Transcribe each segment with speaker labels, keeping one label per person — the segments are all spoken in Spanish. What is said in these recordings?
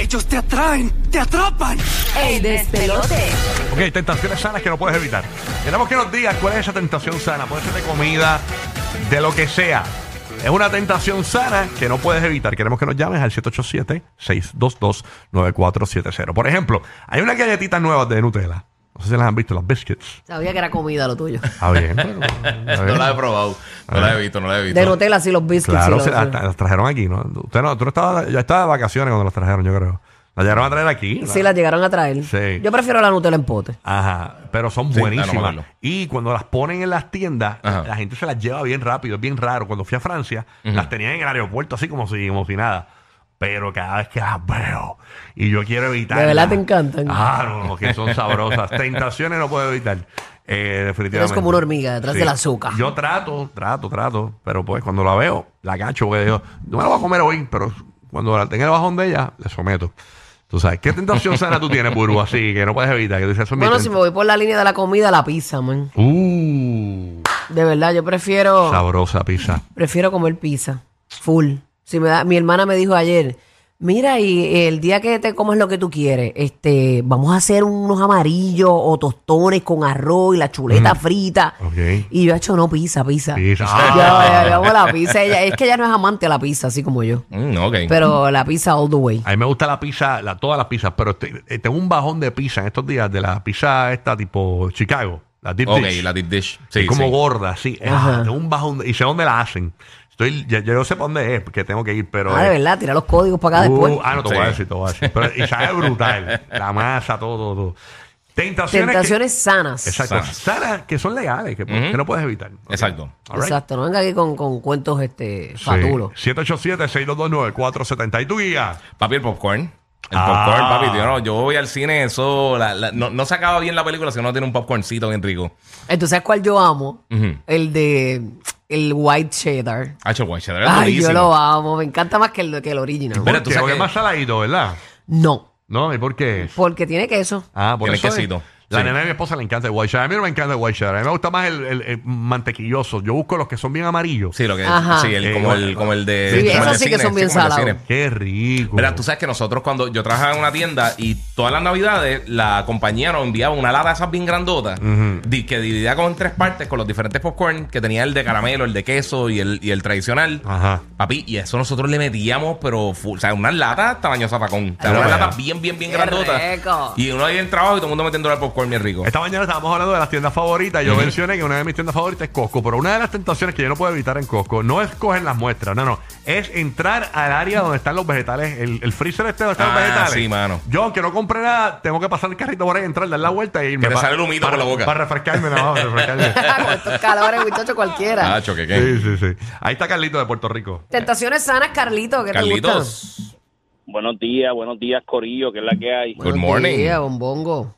Speaker 1: Ellos te atraen, te atrapan.
Speaker 2: El despelote.
Speaker 3: Ok, tentaciones sanas que no puedes evitar. Queremos que nos digas cuál es esa tentación sana. Puede ser de comida, de lo que sea. Es una tentación sana que no puedes evitar. Queremos que nos llames al 787-622-9470. Por ejemplo, hay unas galletitas nuevas de Nutella. No sé si las han visto, las biscuits.
Speaker 2: Sabía que era comida lo tuyo.
Speaker 3: Ah, bien. pero- está
Speaker 4: No
Speaker 3: bien.
Speaker 4: la he probado. No la he visto, no la he visto.
Speaker 2: De Nutella sí los biscuits.
Speaker 3: Claro,
Speaker 2: sí,
Speaker 3: se
Speaker 2: los-
Speaker 3: las, las trajeron aquí, ¿no? Usted no, tú no estabas, ya estaba de vacaciones cuando las trajeron, yo creo. Las llegaron a traer aquí.
Speaker 2: sí, las llegaron a traer.
Speaker 3: Sí.
Speaker 2: Yo prefiero la Nutella en pote.
Speaker 3: Ajá, pero son
Speaker 4: Sí,
Speaker 3: buenísimas.
Speaker 4: claro, malo.
Speaker 3: y cuando las ponen en las tiendas,
Speaker 4: Ajá.
Speaker 3: la gente se las lleva bien rápido, es bien raro. Cuando fui a Francia, las tenían en el aeropuerto así como si, como si nada. Pero cada vez que las veo y yo quiero evitar.
Speaker 2: De verdad te encantan.
Speaker 3: Ah, no, no, que son sabrosas. Tentaciones no puedo evitar. Eh, definitivamente.
Speaker 2: Eres como una hormiga detrás del azúcar.
Speaker 3: Yo trato, trato, trato. Pero pues cuando la veo, la cacho, porque digo, no me la voy a comer hoy, pero cuando la tenga el bajón de ella, le someto. Tú sabes, ¿qué tentación sana tú tienes, Burbu? Así que no puedes evitar. Que tú dices, eso es mi
Speaker 2: Bueno,
Speaker 3: tenta-
Speaker 2: si me voy por la línea de la comida, la pizza, man.
Speaker 3: Uh,
Speaker 2: De verdad, yo prefiero.
Speaker 3: sabrosa pizza.
Speaker 2: prefiero comer pizza full. Si me da, mi hermana me dijo ayer, mira, y el día que te comas lo que tú quieres, este, vamos a hacer unos amarillos o tostones con arroz y la chuleta frita.
Speaker 3: Ok.
Speaker 2: Y yo he hecho no pizza, pizza.
Speaker 3: Pizza.
Speaker 2: Yo,
Speaker 3: Ah.
Speaker 2: yo- yo amo la pizza. Ella- es que ella no es amante a la pizza, así como yo.
Speaker 4: Mm, ok.
Speaker 2: Pero la pizza all the way.
Speaker 3: A mí me gusta la pizza, la- todas las pizzas, pero te- eh, tengo un bajón de pizza en estos días de la pizza esta tipo Chicago, la deep
Speaker 4: ok,
Speaker 3: dish.
Speaker 4: la deep dish. Sí,
Speaker 3: es como
Speaker 4: sí.
Speaker 3: gorda, sí. Eh,
Speaker 2: Ajá.
Speaker 3: tengo un bajón de- y sé dónde la hacen. Estoy, ya- ya yo, sé para dónde es, que tengo que ir, pero.
Speaker 2: Ah, de
Speaker 3: eh,
Speaker 2: verdad, tira los códigos para acá
Speaker 3: uh,
Speaker 2: después.
Speaker 3: ah, no te voy a
Speaker 4: Sí.
Speaker 3: decir, te voy a decir. Pero, y sabe brutal. la masa, todo, todo, todo. Tentaciones. que-
Speaker 2: Tentaciones sanas.
Speaker 3: exacto. Sanas.
Speaker 4: Sanas.
Speaker 3: que son legales, que, pues, que no puedes evitar. Ok.
Speaker 4: Exacto.
Speaker 3: All right.
Speaker 2: Exacto, no venga aquí con, con cuentos este fatulos.
Speaker 3: 787-622-9470. ¿Y tu guía?
Speaker 4: Papi, el popcorn. El
Speaker 3: Ah.
Speaker 4: popcorn, papi, tío, no, yo voy al cine, eso, la- la- no, no se acaba bien la película si no tiene un popcorncito bien rico.
Speaker 2: Entonces, ¿sabes cuál yo amo?
Speaker 4: Ujú.
Speaker 2: El de el white cheddar.
Speaker 4: H. White Cheddar es
Speaker 2: Ay,
Speaker 4: buenísimo.
Speaker 2: yo lo amo. Me encanta más que el, que el original.
Speaker 4: Mira, tú
Speaker 3: Porque
Speaker 4: sabes
Speaker 3: porque
Speaker 4: que-
Speaker 3: es más saladito, ¿verdad?
Speaker 2: No,
Speaker 3: No, ¿y por qué?
Speaker 2: porque tiene queso.
Speaker 3: Ah, por
Speaker 4: Tiene
Speaker 3: eso es.
Speaker 4: quesito.
Speaker 3: La
Speaker 4: Sí.
Speaker 3: nena de mi esposa le encanta el white cheddar. A mí no me encanta el white cheddar. A mí me gusta más el, el- el mantequilloso. Yo busco los que son bien amarillos.
Speaker 4: Sí, lo que
Speaker 2: Ajá.
Speaker 4: sí, el,
Speaker 3: Eh,
Speaker 4: como, el,
Speaker 3: bueno.
Speaker 4: como el de.
Speaker 2: Sí,
Speaker 4: como el
Speaker 2: esos
Speaker 4: de
Speaker 2: sí que son bien
Speaker 4: como el de
Speaker 2: salados.
Speaker 4: cine.
Speaker 3: Qué rico.
Speaker 4: Mira, tú sabes que nosotros cuando yo trabajaba en una tienda y todas las navidades la compañía nos enviaba una lata de esas bien grandotas di- que dividía como en tres partes con los diferentes popcorn que tenía el de caramelo, el de queso y el, y el tradicional.
Speaker 3: Ajá.
Speaker 4: Papi, y eso nosotros le metíamos, pero, fu- o sea, unas latas tamaño zapacón. O sea,
Speaker 3: Pero
Speaker 4: unas
Speaker 3: vaya.
Speaker 4: latas bien, bien, bien
Speaker 2: Qué
Speaker 4: grandotas.
Speaker 2: rico.
Speaker 4: Y uno ahí en el trabajo y todo el mundo metiendo el popcorn bien rico.
Speaker 3: Esta mañana estábamos hablando de las tiendas favoritas. Yo mencioné que una de mis tiendas favoritas es Costco, pero una de las tentaciones que yo no puedo evitar en Costco no es coger las muestras, no, no. Es entrar al área donde están los vegetales, el, el freezer este donde están los
Speaker 4: Ah,
Speaker 3: vegetales.
Speaker 4: sí, mano.
Speaker 3: Yo, aunque no compré nada, tengo que pasar el carrito por ahí, entrar, dar la vuelta y irme.
Speaker 4: te
Speaker 3: pa-
Speaker 4: sale el humito
Speaker 3: para,
Speaker 4: por la boca.
Speaker 3: Para refrescarme, no, para refrescarme.
Speaker 2: Ah, Con estos calores, muchacho, cualquiera.
Speaker 4: Ah, choque, ¿qué?
Speaker 3: sí, sí, sí. Ahí está Carlito de Puerto Rico.
Speaker 2: Tentaciones sanas, Carlito, que te gustan.
Speaker 4: Carlitos,
Speaker 5: Buenos días, buenos días, Corillo, que es la que hay.
Speaker 4: Good morning.
Speaker 2: Días, bombongo.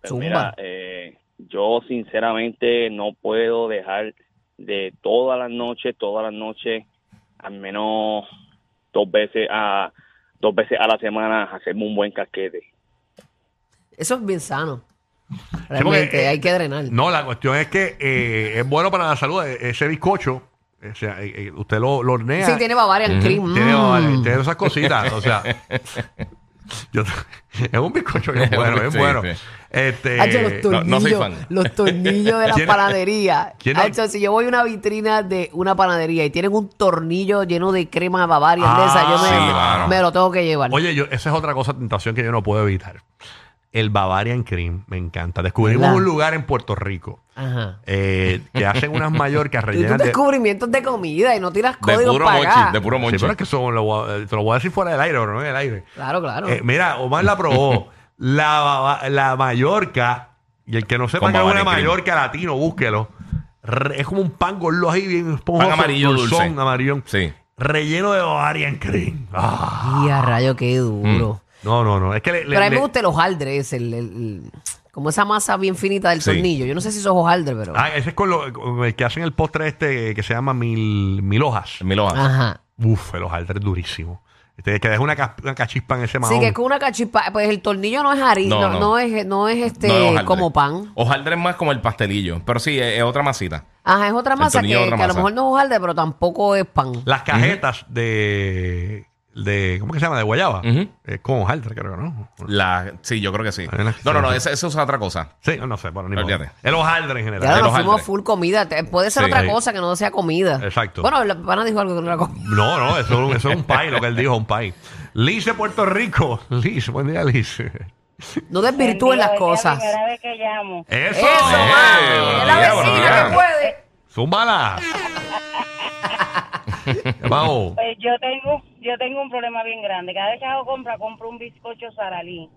Speaker 5: Pues
Speaker 2: Zumba.
Speaker 5: mira, eh, yo sinceramente no puedo dejar de todas las noches, todas las noches, al menos dos veces a dos veces a la semana hacerme un buen casquete.
Speaker 2: Eso es bien sano.
Speaker 3: Sí, porque,
Speaker 2: Realmente,
Speaker 3: eh,
Speaker 2: hay que drenar.
Speaker 3: No, la cuestión es que eh, es bueno para la salud eh, ese bizcocho. O sea, eh, eh, usted lo, lo hornea.
Speaker 2: sí, tiene Bavarian Cream.
Speaker 3: Tiene,
Speaker 2: mm.
Speaker 3: vale, tiene esas cositas, o sea. yo- es un bizcocho bien bueno, bien
Speaker 4: Sí,
Speaker 3: bueno.
Speaker 4: sí.
Speaker 3: Este,
Speaker 2: Hacho, los
Speaker 4: no-
Speaker 2: tornillos,
Speaker 4: no soy fan.
Speaker 2: los tornillos de la
Speaker 3: ¿Quién-
Speaker 2: panadería.
Speaker 3: quién no-
Speaker 2: Hacho, si yo voy a una vitrina de una panadería y tienen un tornillo lleno de crema Bavaria de esa, yo me,
Speaker 3: Ah, sí,
Speaker 4: mano.
Speaker 2: me lo tengo que llevar.
Speaker 3: oye, yo, esa es otra cosa, tentación que yo no puedo evitar. El Bavarian Cream, me encanta. Descubrimos
Speaker 2: ¿Verdad?
Speaker 3: un lugar en Puerto Rico
Speaker 2: Ajá.
Speaker 3: eh, que hacen unas mallorcas
Speaker 2: Y tú
Speaker 3: rellenas de.
Speaker 2: descubrimientos de comida y no tiras
Speaker 4: de
Speaker 2: códigos
Speaker 4: puro
Speaker 2: para acá.
Speaker 4: monchi, de puro
Speaker 3: Sí,
Speaker 4: monchi.
Speaker 3: pero es que son, lo voy a- te lo voy a decir fuera del aire, pero no en el aire.
Speaker 2: Claro, claro.
Speaker 3: Eh, mira, Omar la probó. la, bava- la Mallorca, y el que no sepa
Speaker 4: Con
Speaker 3: que es una
Speaker 4: Bavarian Cream.
Speaker 3: Mallorca latino, búsquelo. Re- es como un pan gordo ahí, bien esponjoso.
Speaker 4: Pan amarillo
Speaker 3: dulzón,
Speaker 4: dulce.
Speaker 3: amarillón.
Speaker 4: Sí.
Speaker 3: Relleno de Bavarian Cream. Ah,
Speaker 2: Y a rayo, qué duro.
Speaker 3: no, no, no. Es que le, Mm. le-
Speaker 2: Pero a mí
Speaker 3: le-
Speaker 2: me gustan los hojaldres, el, el- el- como esa masa bien finita del
Speaker 4: Sí.
Speaker 2: tornillo. Yo no sé si eso es hojaldre, pero...
Speaker 3: Ah, ese es con, lo- con el que hacen el postre este que se llama Mil, mil Hojas.
Speaker 4: Mi loja.
Speaker 2: Ajá.
Speaker 3: Uf, el hojaldre es durísimo. Este, que deja una, cas- una cachispa en ese
Speaker 2: Sí,
Speaker 3: mahón.
Speaker 2: que es con una cachipa... Pues el tornillo no es harina, no,
Speaker 4: No,
Speaker 2: no.
Speaker 4: no.
Speaker 2: es, no es este
Speaker 4: No es hojaldre.
Speaker 2: como pan.
Speaker 4: Hojaldre es más como el pastelillo, pero sí, es, es otra masita.
Speaker 2: Ajá, es otra
Speaker 4: El
Speaker 2: masa que,
Speaker 4: tornillo es otra
Speaker 2: que a lo
Speaker 4: masa.
Speaker 2: mejor no es hojaldre, pero tampoco es pan.
Speaker 3: Las cajetas de de ¿cómo que se llama? De guayaba.
Speaker 4: Ujú.
Speaker 3: Es con halter, creo que no.
Speaker 4: La, sí, yo creo que sí.
Speaker 3: Hay una-
Speaker 4: No, no, no, esa- eso es otra cosa.
Speaker 3: Sí, no sé, bueno, ni
Speaker 4: Olvídate.
Speaker 3: modo. El hojaldre en general.
Speaker 2: Ya
Speaker 4: de
Speaker 2: nos
Speaker 4: los
Speaker 2: fuimos
Speaker 4: árboles.
Speaker 2: full comida. Te- Puede ser
Speaker 4: Sí.
Speaker 2: otra cosa que no sea comida.
Speaker 3: Exacto.
Speaker 2: Bueno, la pana dijo algo que no era comida.
Speaker 3: No, no, eso, eso es un país, lo que él dijo, un país. Liz de Puerto Rico. Liz, buen día, Liz. Eso,
Speaker 6: Bendito,
Speaker 2: No desvirtúen
Speaker 6: es
Speaker 2: las
Speaker 6: la
Speaker 2: cosas.
Speaker 6: primera vez que llamo.
Speaker 2: Eso,
Speaker 4: Eh,
Speaker 2: mami.
Speaker 4: buenos
Speaker 2: Es la
Speaker 4: días, buenos
Speaker 2: vecina
Speaker 4: días.
Speaker 2: que puede.
Speaker 3: ¡Zúmbala! Vamos.
Speaker 6: Pues yo tengo, yo tengo un problema bien grande. Cada vez que hago compra, compro un bizcocho saralí,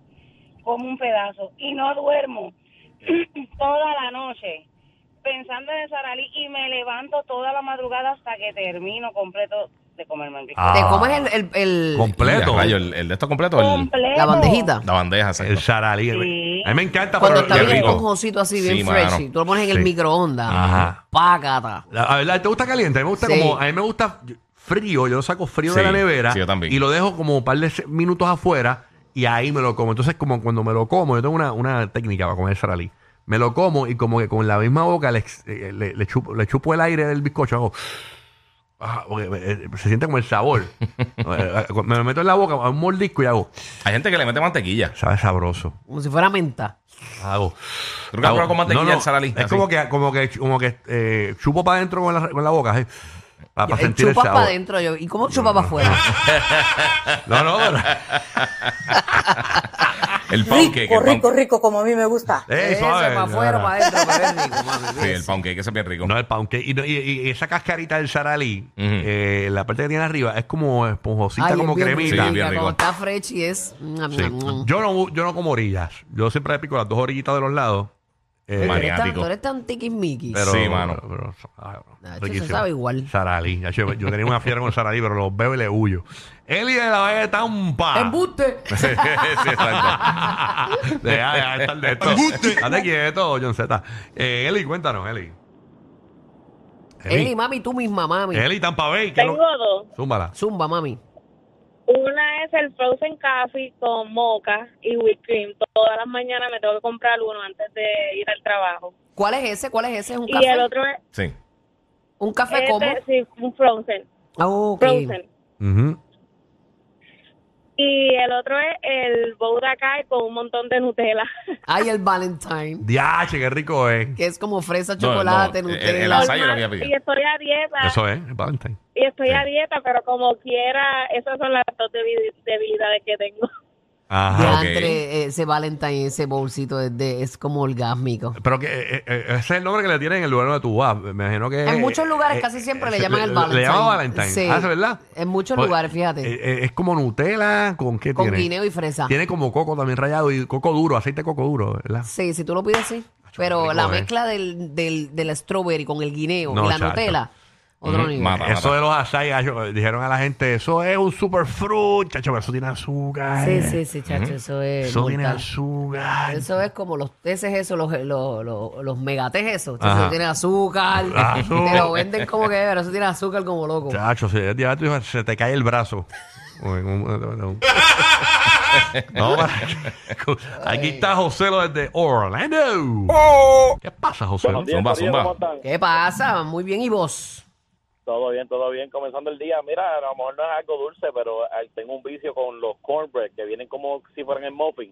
Speaker 6: como un pedazo, y no duermo toda la noche pensando en el saralí y me levanto toda la madrugada hasta que termino completo de comerme el bizcocho.
Speaker 3: Ah,
Speaker 2: Te comes el, el, el-
Speaker 3: Completo.
Speaker 4: Y, rayo, el, el de esto completo, el-
Speaker 6: completo.
Speaker 2: la bandejita.
Speaker 4: la bandeja.
Speaker 3: Ah, El
Speaker 4: exacto.
Speaker 3: saralí.
Speaker 6: Sí.
Speaker 3: A mí me encanta,
Speaker 2: Cuando
Speaker 3: pero
Speaker 2: está
Speaker 3: qué
Speaker 2: bien
Speaker 3: rico.
Speaker 2: esponjosito así, bien
Speaker 4: Sí,
Speaker 2: fresh.
Speaker 4: mano.
Speaker 2: y Tú lo pones en
Speaker 3: Sí.
Speaker 2: el microondas.
Speaker 3: Ajá.
Speaker 2: Pácata.
Speaker 3: La, a ver, ¿te gusta caliente? A mí me gusta
Speaker 2: Sí.
Speaker 3: como... A mí me gusta frío. Yo lo saco frío de
Speaker 4: Sí,
Speaker 3: la nevera.
Speaker 4: sí, yo también.
Speaker 3: Y lo dejo como un par de se- minutos afuera y ahí me lo como. Entonces, como cuando me lo como, yo tengo una, una técnica para comer saralí. Me lo como y como que con la misma boca le, ex- eh, le, le chupo, le chupo el aire del bizcocho. Hago... ah, porque, eh, se siente como el sabor. Eh, me lo meto en la boca, un mordisco y hago...
Speaker 4: Hay gente que le mete mantequilla.
Speaker 3: Sabe sabroso.
Speaker 2: Como si fuera menta.
Speaker 3: Hago.
Speaker 4: Creo que has
Speaker 3: hago-
Speaker 4: probado con mantequilla el saralí.
Speaker 3: Es
Speaker 4: así.
Speaker 3: como que, como que, como que eh, chupo para adentro con la, con la boca. así, para, para
Speaker 2: Y-
Speaker 3: sentir el
Speaker 2: chupas
Speaker 3: sabor.
Speaker 2: para adentro. yo- ¿Y cómo chupas para afuera?
Speaker 3: No, no, pero-
Speaker 4: El pound cake.
Speaker 7: Rico,
Speaker 4: El
Speaker 7: rico,
Speaker 4: pound,
Speaker 7: rico, como a mí me gusta.
Speaker 2: Eh,
Speaker 3: Ey, eh, suave,
Speaker 2: para afuera,
Speaker 3: no,
Speaker 2: para adentro. pero es rico, mami,
Speaker 4: sí,
Speaker 2: mira.
Speaker 4: el pound cake, ese es bien rico.
Speaker 3: No, el pound cake. Y, no- y- y esa cascarita del saralí,
Speaker 4: Ujú.
Speaker 3: eh, la parte que tiene arriba, es como esponjosita,
Speaker 2: Ay, es
Speaker 3: como
Speaker 2: bien
Speaker 3: cremita.
Speaker 2: rica,
Speaker 4: Sí, bien rico.
Speaker 2: Cuando está fresh y es... mm, ñam,
Speaker 3: Sí.
Speaker 2: ñam,
Speaker 3: Mm.
Speaker 2: ñam.
Speaker 3: Yo, no, yo no como orillas. Yo siempre le pico las dos orillitas de los lados.
Speaker 2: Tú
Speaker 3: Eh,
Speaker 2: eres tan-
Speaker 4: Maniático.
Speaker 2: tú eres tan tiquismiquis.
Speaker 3: pero,
Speaker 4: Sí, mano.
Speaker 3: Pero, pero- ay, bueno,
Speaker 2: Nacho, eso
Speaker 3: riquísimo.
Speaker 2: sabe igual.
Speaker 3: Saralí. Nacho, yo tenía una fiera con saralí, pero los veo y le huyo. Eli de la Valle de Tampa.
Speaker 2: ¡Embuste!
Speaker 4: Sí, exacto.
Speaker 3: Deja, deja de estar de esto. Date quieto, John Z. Eh, Eli, cuéntanos, Eli.
Speaker 2: Eli, mami, tú misma, mami.
Speaker 3: Eli Tampa Bay. ¿qué es lo-
Speaker 8: Tengo dos.
Speaker 3: Zúmbala.
Speaker 2: Zumba, mami.
Speaker 8: Una es el frozen coffee con mocha y whipped cream. Todas las mañanas me tengo que comprar uno antes de ir al trabajo.
Speaker 2: ¿Cuál es ese? ¿Cuál es ese? ¿Es un
Speaker 8: Y
Speaker 2: café?
Speaker 8: el otro es
Speaker 4: Sí.
Speaker 2: ¿Un café
Speaker 8: este,
Speaker 2: como?
Speaker 8: sí, un frozen,
Speaker 2: Ah, ok.
Speaker 8: frozen.
Speaker 3: Ujú.
Speaker 8: Y el otro es el Boudacay con un montón de Nutella.
Speaker 2: Ay, el Valentine.
Speaker 3: Diache, qué rico es.
Speaker 2: Que es como fresa,
Speaker 4: No,
Speaker 2: chocolate,
Speaker 4: no, el-
Speaker 2: Nutella.
Speaker 4: el azaí- yo lo
Speaker 8: Normal,
Speaker 4: había pedido.
Speaker 8: y estoy a dieta,
Speaker 3: Eso es, el Valentine.
Speaker 8: y estoy a dieta, pero como quiera, esas son las dos de, vi- de vida de que tengo.
Speaker 3: Ajá.
Speaker 2: Ya
Speaker 4: ok.
Speaker 2: entre ese Valentine, ese bolsito es, de- es como orgásmico.
Speaker 3: Pero que eh, eh, ese es el nombre que le tienen en el lugar donde tú vas. Me imagino que.
Speaker 2: En muchos lugares
Speaker 3: eh,
Speaker 2: casi siempre
Speaker 3: eh,
Speaker 2: le llaman el
Speaker 3: Le,
Speaker 2: Valentine.
Speaker 3: llaman Valentine.
Speaker 2: Sí.
Speaker 3: Ah, ¿es verdad?
Speaker 2: En muchos
Speaker 3: Pues,
Speaker 2: lugares, fíjate.
Speaker 3: eh, eh, es como Nutella, ¿con qué
Speaker 2: con
Speaker 3: tiene?
Speaker 2: guineo y fresa.
Speaker 3: Tiene como coco también rallado y coco duro, aceite de coco duro, ¿verdad?
Speaker 2: Sí, si tú lo pides, sí.
Speaker 3: Acho,
Speaker 2: Pero
Speaker 3: rico,
Speaker 2: la
Speaker 3: eh.
Speaker 2: mezcla del, del, del strawberry con el guineo
Speaker 3: No,
Speaker 2: y la
Speaker 3: chacho.
Speaker 2: Nutella, otro
Speaker 4: Mm,
Speaker 2: nivel.
Speaker 4: mata.
Speaker 3: Eso de los açaí, acho, eh, dijeron a la gente, eso es un superfruit, chacho, pero eso tiene azúcar.
Speaker 2: Sí, sí, sí, chacho, eso es.
Speaker 3: Eso tiene
Speaker 2: mortal.
Speaker 3: azúcar.
Speaker 2: Eso es como los teces esos, los, los, los, los megates esos. Entonces,
Speaker 3: Ajá.
Speaker 2: Eso tiene azúcar.
Speaker 3: Ah,
Speaker 2: Te
Speaker 3: azúcar.
Speaker 2: lo venden como que, pero eso tiene azúcar como loco.
Speaker 3: Chacho, si eres diabético, se te cae el brazo. O en un- No, para- Aquí está Joselo desde Orlando. ¿Qué pasa, Joselo?
Speaker 4: Oh. días. Zumba, zumba.
Speaker 2: ¿Qué pasa? Muy bien, ¿y vos?
Speaker 5: Todo bien, todo bien. Comenzando el día, mira, a lo mejor no es algo dulce, pero eh, tengo un vicio con los cornbread que vienen como si fueran el muffin.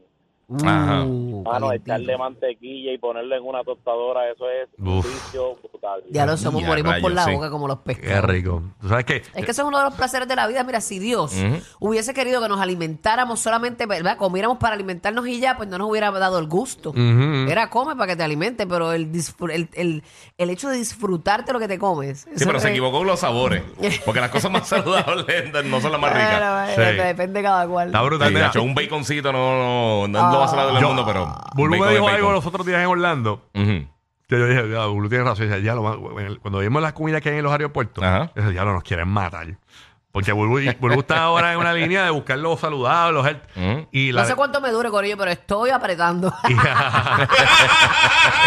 Speaker 4: Ajá.
Speaker 2: Uh,
Speaker 5: Mano,
Speaker 2: calentito.
Speaker 5: echarle mantequilla y ponerlo en una tostadora, eso es
Speaker 3: Uf.
Speaker 5: un vicio brutal.
Speaker 2: ya lo somos,
Speaker 4: Ya,
Speaker 2: morimos por
Speaker 4: rayos,
Speaker 2: la
Speaker 4: sí.
Speaker 2: boca como los pescados.
Speaker 3: Qué rico. ¿Tú sabes qué?
Speaker 2: Es que eso es uno de los placeres de la vida. Mira, si Dios hubiese querido que nos alimentáramos solamente, ¿verdad? Comiéramos para alimentarnos y ya, pues no nos hubiera dado el gusto.
Speaker 3: Ujú.
Speaker 2: Era come para que te alimente, pero el, disfr- el, el, el hecho de disfrutarte lo que te comes.
Speaker 4: Sí,
Speaker 2: eso
Speaker 4: pero se
Speaker 2: es-
Speaker 4: equivocó con los sabores. Porque las cosas más saludables no son las más ricas.
Speaker 2: Bueno,
Speaker 3: Sí.
Speaker 2: bueno, Depende de cada cual.
Speaker 3: Está brutal.
Speaker 4: Sí,
Speaker 3: mira.
Speaker 4: hecho, un baconcito no, no, no es lo más saludable del mundo, pero.
Speaker 3: Bulú me
Speaker 4: bacon es
Speaker 3: dijo
Speaker 4: bacon.
Speaker 3: algo los otros días en Orlando.
Speaker 4: Ujú.
Speaker 3: Que yo dije, ya, Bulú tiene razón. Dice, ya, lo más- cuando vimos las comidas que hay en los aeropuertos,
Speaker 4: Ajá.
Speaker 3: ese diablo nos quieren matar. Porque Bulú, Bulú está ahora en una línea de buscar lo saludable, los health.
Speaker 4: Ujú.
Speaker 3: Y la
Speaker 2: No sé cuánto me dure, Corillo, pero estoy apretando.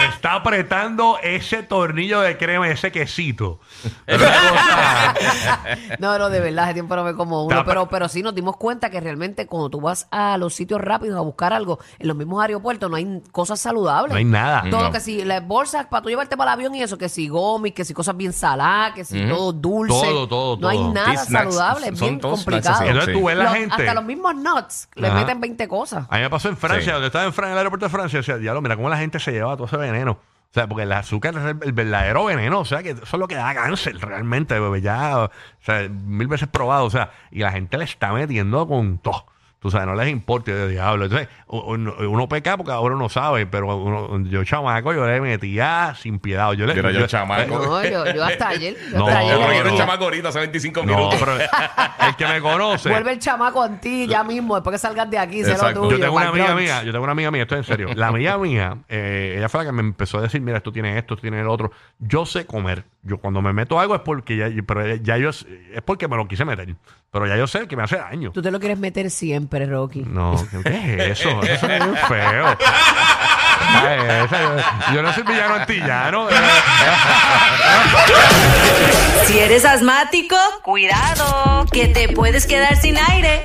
Speaker 3: Está apretando ese tornillo de crema, ese quesito. Una cosa-
Speaker 2: no, no, de verdad, hace tiempo no me como uno.
Speaker 3: Está
Speaker 2: Pero, pero sí nos dimos cuenta que realmente cuando tú vas a los sitios rápidos a buscar algo, en los mismos aeropuertos no hay cosas saludables.
Speaker 3: no hay nada.
Speaker 2: Todo
Speaker 4: No.
Speaker 2: que si las bolsas para tú llevarte para el avión y eso, que si gomis, que si cosas bien saladas, que si todo dulce.
Speaker 4: Todo, todo,
Speaker 2: No hay
Speaker 4: todo.
Speaker 2: nada
Speaker 4: These snacks
Speaker 2: saludable, es
Speaker 4: son
Speaker 2: bien
Speaker 4: todos snacks
Speaker 2: complicado.
Speaker 4: así.
Speaker 3: Entonces tú
Speaker 4: Sí.
Speaker 3: ves la
Speaker 2: Los-
Speaker 3: gente.
Speaker 2: Hasta los mismos nuts le
Speaker 3: Ajá.
Speaker 2: meten 20 cosas.
Speaker 3: A mí me pasó en Francia,
Speaker 4: Sí.
Speaker 3: donde estaba en Francia, en el aeropuerto de Francia, decía, diablo, mira cómo la gente se lleva todo ese veneno. O sea, porque el azúcar es el, el verdadero veneno, o sea, que eso es lo que da cáncer realmente, bebé, ya, o sea, mil veces probado, o sea, y la gente le está metiendo con todo. Tú sabes, no les importa, yo, diablo. Entonces, u- uno, uno peca porque ahora uno sabe, pero uno- yo chamaco, yo le metía sin piedad. Yo le
Speaker 4: Pero yo chamaco.
Speaker 2: No, yo, yo hasta ayer. yo
Speaker 3: No,
Speaker 2: hasta ayer
Speaker 4: Yo
Speaker 2: le
Speaker 4: creo
Speaker 3: no.
Speaker 4: que era un
Speaker 2: metí-
Speaker 4: chamaco ahorita hace 25
Speaker 3: No,
Speaker 4: minutos.
Speaker 3: pero el que me conoce.
Speaker 2: Vuelve el chamaco a ti ya mismo, después que salgas de aquí, se lo
Speaker 4: Exacto.
Speaker 2: tuyo.
Speaker 4: Yo
Speaker 3: Yo tengo una
Speaker 2: Mike
Speaker 3: amiga
Speaker 2: Jones.
Speaker 3: mía, yo tengo una amiga mía, esto es en serio. La amiga mía, eh, ella fue la que me empezó a decir, mira, esto tiene esto, esto tiene el otro. Yo sé comer. Yo cuando me meto algo es porque ya, pero ya yo, es porque me lo quise meter. Pero ya yo sé que me hace daño.
Speaker 2: Tú te lo quieres meter siempre, Rocky.
Speaker 3: No, ¿qué es eso? Eso es bien feo. Ay, esa- yo no soy villano antillano.
Speaker 7: Si eres asmático, cuidado, que te puedes quedar sin aire.